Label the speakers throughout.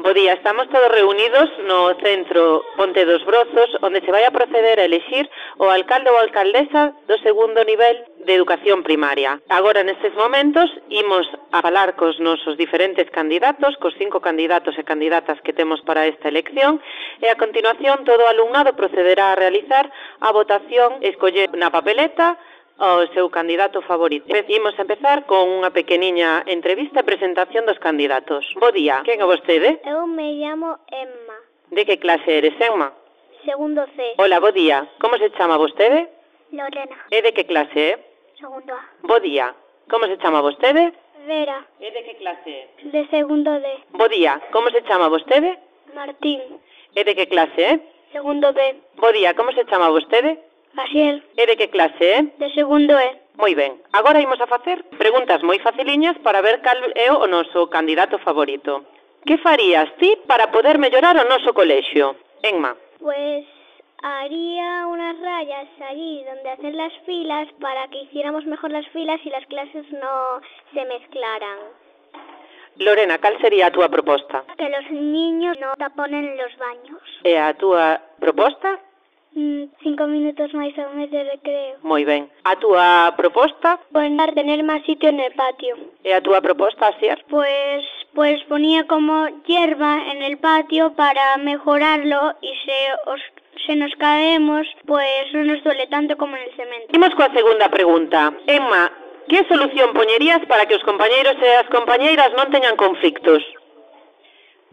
Speaker 1: mesmo día estamos todos reunidos no centro Ponte dos Brozos onde se vai a proceder a elixir o alcalde ou alcaldesa do segundo nivel de educación primaria. Agora nestes momentos imos a falar cos nosos diferentes candidatos, cos cinco candidatos e candidatas que temos para esta elección e a continuación todo o alumnado procederá a realizar a votación escoller na papeleta ao seu candidato favorito. Imos empezar con unha pequeniña entrevista e presentación dos candidatos. Bo día, quen é vostede?
Speaker 2: Eu me llamo Emma,
Speaker 1: De que clase eres, Emma?
Speaker 2: segundo C.
Speaker 1: Hola, bo día. Como se chama vostede?
Speaker 2: Lorena,
Speaker 1: E de que clase é?
Speaker 2: segundo A.
Speaker 1: Bo día. Como se chama vostede?
Speaker 2: Vera,
Speaker 1: E de que clase é?
Speaker 2: de segundo D.
Speaker 1: Bo día. Como se chama vostede?
Speaker 2: Martín,
Speaker 1: E de que clase é?
Speaker 2: segundo B.
Speaker 1: Bo día. Como se chama vostede?
Speaker 2: Asiel,
Speaker 1: E de que clase eh? é?
Speaker 2: de segundo E.
Speaker 1: Moi ben, agora imos a facer preguntas moi faciliñas para ver cal é o noso candidato favorito. Que farías ti para poder mellorar o noso colexio? Enma,
Speaker 2: Pues haría unas rayas allí donde hacer las filas para que hiciéramos mejor las filas y las clases no se mezclaran.
Speaker 1: Lorena, cal sería a túa proposta?
Speaker 2: Que los niños no taponen los baños.
Speaker 1: E a túa proposta?
Speaker 2: Mm, cinco minutos más a mes de recreo.
Speaker 1: Moi ben. A túa proposta?
Speaker 2: Pues dar tener más sitio en el patio.
Speaker 1: E a túa proposta, Asier?
Speaker 2: Pues, pues ponía como hierba en el patio para mejorarlo y se, os- se nos caemos, pues no nos duele tanto como en el cemento.
Speaker 1: Imos coa segunda pregunta. Emma, que solución poñerías para que os compañeiros e as compañeiras non teñan conflictos?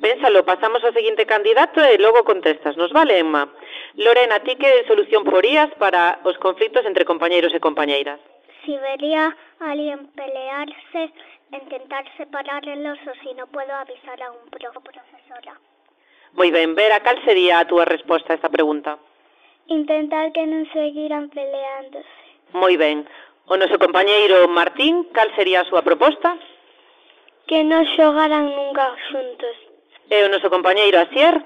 Speaker 1: Pénsalo, pasamos ao seguinte candidato e logo contestas, nos vale, Emma? Lorena, ti que solución porías para os conflictos entre compañeiros e compañeiras?
Speaker 2: Si vería a alguien pelearse, intentar separar el oso si no puedo avisar a un profe profesora.
Speaker 1: Moi ben, Vera, cal sería a túa resposta a esta pregunta?
Speaker 2: Intentar que no seguirán peleándose.
Speaker 1: Moi ben. O noso compañeiro Martín, cal sería a súa proposta?
Speaker 2: Que no xogaran nunca juntos.
Speaker 1: E o noso compañeiro Asier,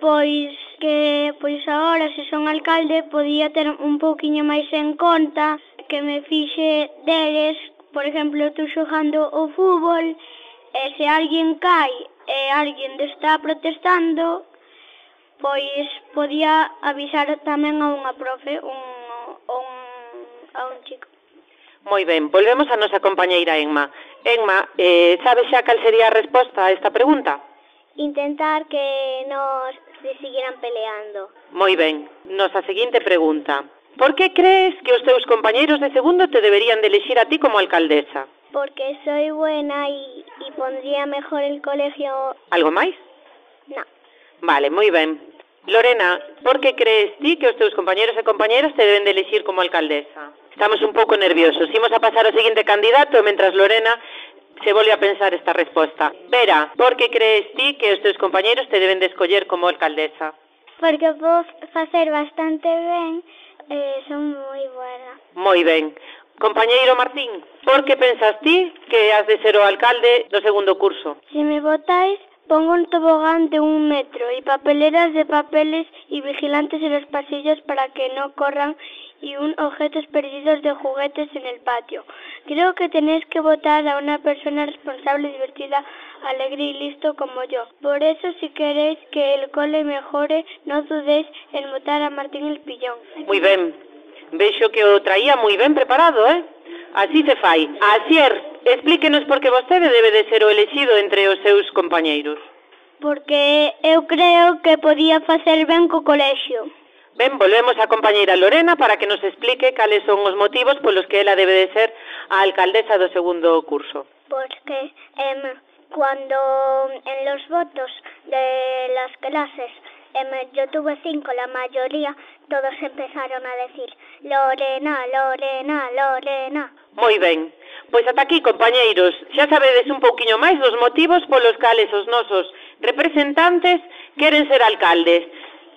Speaker 2: Pois que pois agora se son alcalde podía ter un pouquiño máis en conta que me fixe deles, por exemplo, tú xogando o fútbol, e se alguén cai e alguén de está protestando, pois podía avisar tamén a unha profe, un, a un, a un chico.
Speaker 1: Moi ben, volvemos a nosa compañeira Enma. Enma, eh, sabes xa cal sería a resposta a esta pregunta?
Speaker 2: Intentar que nos se siguieran peleando.
Speaker 1: Moi ben, nosa seguinte pregunta. Por que crees que os teus compañeiros de segundo te deberían de elixir a ti como alcaldesa?
Speaker 2: Porque soy buena y, y pondría mejor el colegio.
Speaker 1: Algo máis?
Speaker 2: No,
Speaker 1: Vale, moi ben. Lorena, por que crees ti que os teus compañeros e compañeras te deben de elixir como alcaldesa? Estamos un pouco nerviosos. Imos a pasar ao seguinte candidato, mentras Lorena se volve a pensar esta resposta. Vera, por que crees ti que os teus compañeros te deben de escoller como alcaldesa?
Speaker 2: porque puedo hacer bastante bien. Eh, son muy buena.
Speaker 1: Moi ben. Compañeiro Martín, por que pensas ti que has de ser o alcalde do segundo curso?
Speaker 2: Si me votáis, pongo un tobogán de un metro y papeleras de papeles y vigilantes en los pasillos para que no corran y un objetos perdidos de juguetes en el patio. Creo que tenéis que votar a una persona responsable, divertida, alegre y listo como yo. Por eso, si queréis que el cole mejore, no dudéis en votar a Martín el Pillón.
Speaker 1: Moi ben. Veixo que o traía moi ben preparado, eh? Así se fai. Asier, explíquenos por que vostede debe de ser o elexido entre os seus compañeiros.
Speaker 2: Porque eu creo que podía facer ben co colexio.
Speaker 1: Ben, volvemos á compañeira Lorena para que nos explique cales son os motivos polos que ela debe de ser a alcaldesa do segundo curso.
Speaker 2: Porque em, cuando en los votos de las clases em, yo tuve cinco, la mayoría, todos empezaron a decir Lorena, Lorena, Lorena.
Speaker 1: Moi ben. Pois ata aquí, compañeiros, xa sabedes un pouquiño máis dos motivos polos cales os nosos representantes queren ser alcaldes.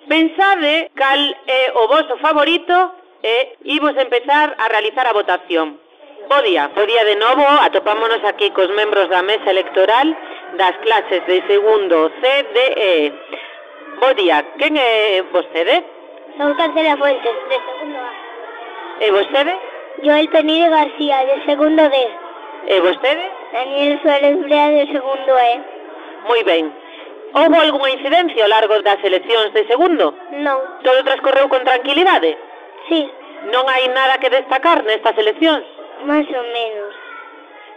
Speaker 1: Pensade cal é o voso favorito e imos empezar a realizar a votación. Bo día, bo día de novo, atopámonos aquí cos membros da mesa electoral das clases de segundo C, D e E. Bo día, quen é vostede?
Speaker 2: Son Cancela Fuentes, de segundo A.
Speaker 1: E vostede?
Speaker 2: Joel Penide García, de segundo D.
Speaker 1: E vostede?
Speaker 2: Daniel Suárez Brea, de segundo E.
Speaker 1: Moi ben. Houbo algunha incidencia ao largo das eleccións de segundo?
Speaker 2: Non.
Speaker 1: Todo transcorreu con tranquilidade?
Speaker 2: Sí,
Speaker 1: Non hai nada que destacar nestas eleccións?
Speaker 2: máis ou menos.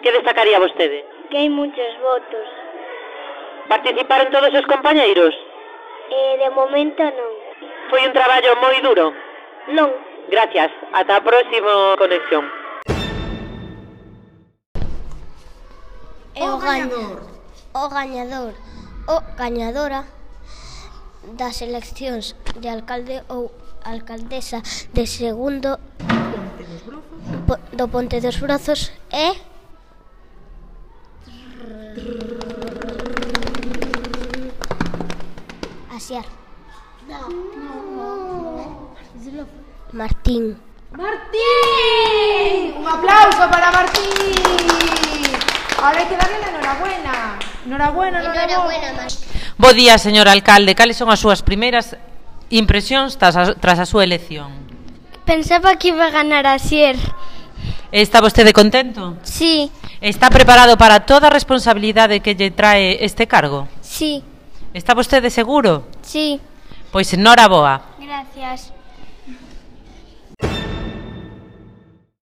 Speaker 1: Que destacaría vostede?
Speaker 2: Que hai moitos votos.
Speaker 1: Participaron todos os compañeiros?
Speaker 2: Eh, de momento non.
Speaker 1: Foi un traballo moi duro.
Speaker 2: Non.
Speaker 1: Gracias. Ata a próxima conexión.
Speaker 3: é o gañador. O gañador ou gañadora das eleccións de alcalde ou alcaldesa de segundo po- do Ponte dos Brazos é Asiar. Martín.
Speaker 4: ¡Martín! ¡Un aplauso para Martín! Ahora hay que darle la enhorabuena. Enhorabuena, enhorabuena.
Speaker 5: Bo día, señor alcalde. Cales son as súas primeiras impresións tras a, tras a súa elección?
Speaker 3: Pensaba que iba a ganar Asier.
Speaker 5: Está vostede contento?
Speaker 3: Sí,
Speaker 5: Está preparado para toda a responsabilidade que lle trae este cargo?
Speaker 3: sí,
Speaker 5: Está vostede seguro?
Speaker 3: sí.
Speaker 5: Pois enhoraboa.
Speaker 3: Gracias.